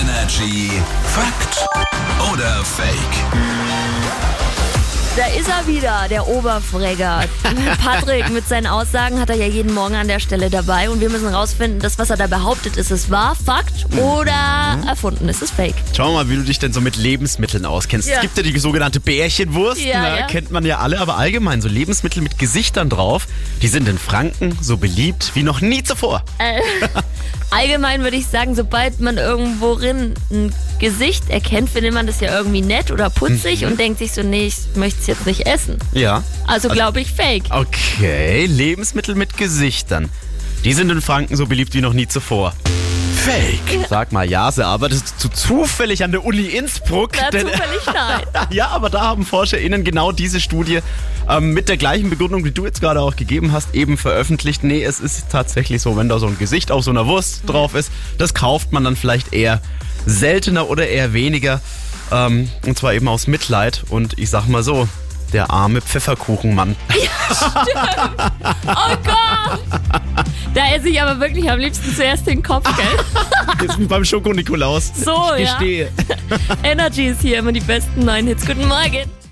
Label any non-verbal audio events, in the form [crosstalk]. Energy Fakt oder Fake? Da ist er wieder, der Oberfräger. Patrick mit seinen Aussagen hat er ja jeden Morgen an der Stelle dabei und wir müssen rausfinden, das, was er da behauptet, ist es wahr, Fakt oder erfunden, ist es Fake. Schau mal, wie du dich denn so mit Lebensmitteln auskennst. Ja. Es gibt ja die sogenannte Bärchenwurst, Ja, ne, ja. kennt man ja alle, aber allgemein so Lebensmittel mit Gesichtern drauf, die sind in Franken so beliebt wie noch nie zuvor. Äh, Allgemein würde ich sagen, sobald man irgendworin ein Gesicht erkennt, findet man das ja irgendwie nett oder putzig und denkt sich so, nee, ich möchte es jetzt nicht essen. Ja. Also glaube ich [laughs] Fake. Okay, Lebensmittel mit Gesichtern. Die sind in Franken so beliebt wie noch nie zuvor. Fake. Sag mal, Jase, arbeitest du zufällig an der Uni Innsbruck? Na, Denn- zufällig nein. [laughs] Ja, aber da haben ForscherInnen genau diese Studie ähm, mit der gleichen Begründung, die du jetzt gerade auch gegeben hast, eben veröffentlicht. Nee, es ist tatsächlich so, wenn da so ein Gesicht auf so einer Mhm. Wurst drauf ist, das kauft man dann vielleicht eher seltener oder eher weniger. Ähm, und zwar eben aus Mitleid. Und ich sag mal so, der [laughs] arme Pfefferkuchenmann. Oh Gott! Da esse ich aber wirklich am liebsten zuerst den Kopf, gell? Jetzt wie beim Schoko-Nikolaus. So, ich ja. gestehe. Energy ist hier immer die besten neuen Hits. Guten Morgen!